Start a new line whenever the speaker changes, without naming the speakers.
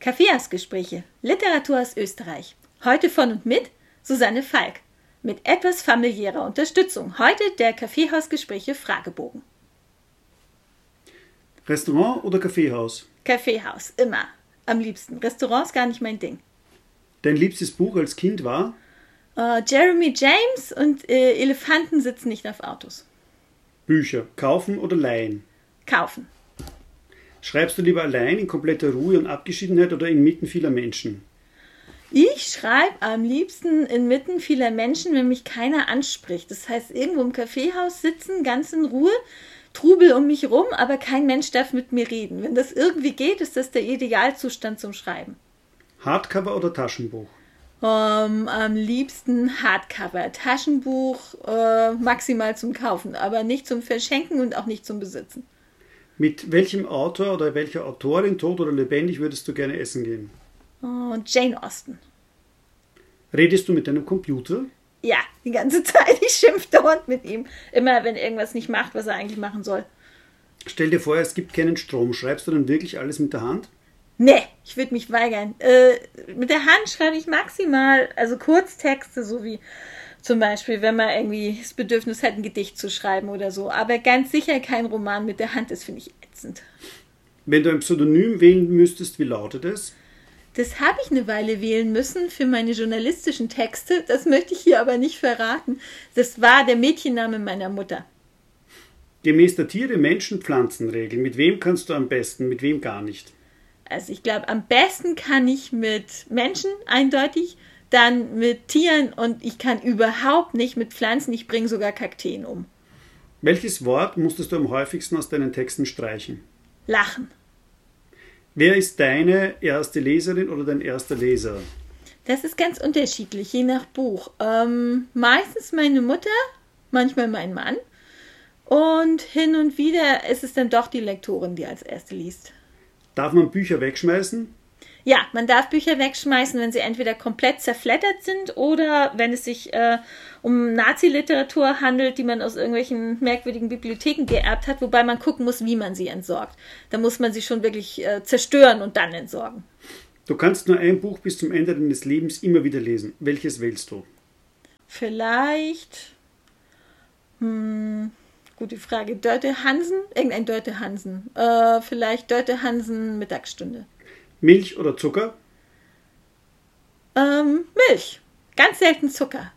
Kaffeehausgespräche, Literatur aus Österreich. Heute von und mit Susanne Falk. Mit etwas familiärer Unterstützung. Heute der Kaffeehausgespräche Fragebogen.
Restaurant oder Kaffeehaus?
Kaffeehaus, immer. Am liebsten. Restaurants gar nicht mein Ding.
Dein liebstes Buch als Kind war?
Äh, Jeremy James und äh, Elefanten sitzen nicht auf Autos.
Bücher. Kaufen oder leihen?
Kaufen.
Schreibst du lieber allein in kompletter Ruhe und Abgeschiedenheit oder inmitten vieler Menschen?
Ich schreibe am liebsten inmitten vieler Menschen, wenn mich keiner anspricht. Das heißt, irgendwo im Kaffeehaus sitzen, ganz in Ruhe, Trubel um mich rum, aber kein Mensch darf mit mir reden. Wenn das irgendwie geht, ist das der Idealzustand zum Schreiben.
Hardcover oder Taschenbuch?
Ähm, am liebsten Hardcover, Taschenbuch äh, maximal zum Kaufen, aber nicht zum Verschenken und auch nicht zum Besitzen.
Mit welchem Autor oder welcher Autorin, tot oder lebendig, würdest du gerne essen gehen?
Äh, Jane Austen.
Redest du mit deinem Computer?
Ja, die ganze Zeit. Ich schimpfe dauernd mit ihm. Immer wenn irgendwas nicht macht, was er eigentlich machen soll.
Stell dir vor, es gibt keinen Strom. Schreibst du dann wirklich alles mit der Hand?
Nee, ich würde mich weigern. Äh, mit der Hand schreibe ich maximal, also Kurztexte, so wie zum Beispiel, wenn man irgendwie das Bedürfnis hat, ein Gedicht zu schreiben oder so. Aber ganz sicher kein Roman mit der Hand, das finde ich ätzend.
Wenn du ein Pseudonym wählen müsstest, wie lautet es?
Das habe ich eine Weile wählen müssen für meine journalistischen Texte. Das möchte ich hier aber nicht verraten. Das war der Mädchenname meiner Mutter.
Gemäß der Tiere, Menschen, Pflanzenregel. Mit wem kannst du am besten, mit wem gar nicht?
Also ich glaube, am besten kann ich mit Menschen eindeutig, dann mit Tieren und ich kann überhaupt nicht mit Pflanzen. Ich bringe sogar Kakteen um.
Welches Wort musstest du am häufigsten aus deinen Texten streichen?
Lachen.
Wer ist deine erste Leserin oder dein erster Leser?
Das ist ganz unterschiedlich, je nach Buch. Ähm, meistens meine Mutter, manchmal mein Mann. Und hin und wieder ist es dann doch die Lektorin, die als erste liest.
Darf man Bücher wegschmeißen?
Ja, man darf Bücher wegschmeißen, wenn sie entweder komplett zerflettert sind oder wenn es sich äh, um Nazi-Literatur handelt, die man aus irgendwelchen merkwürdigen Bibliotheken geerbt hat, wobei man gucken muss, wie man sie entsorgt. Da muss man sie schon wirklich äh, zerstören und dann entsorgen.
Du kannst nur ein Buch bis zum Ende deines Lebens immer wieder lesen. Welches wählst du?
Vielleicht. Hm, gute Frage. Dörte Hansen? Irgendein Dörte Hansen. Äh, vielleicht Dörte Hansen Mittagsstunde.
Milch oder Zucker?
Ähm, Milch. Ganz selten Zucker.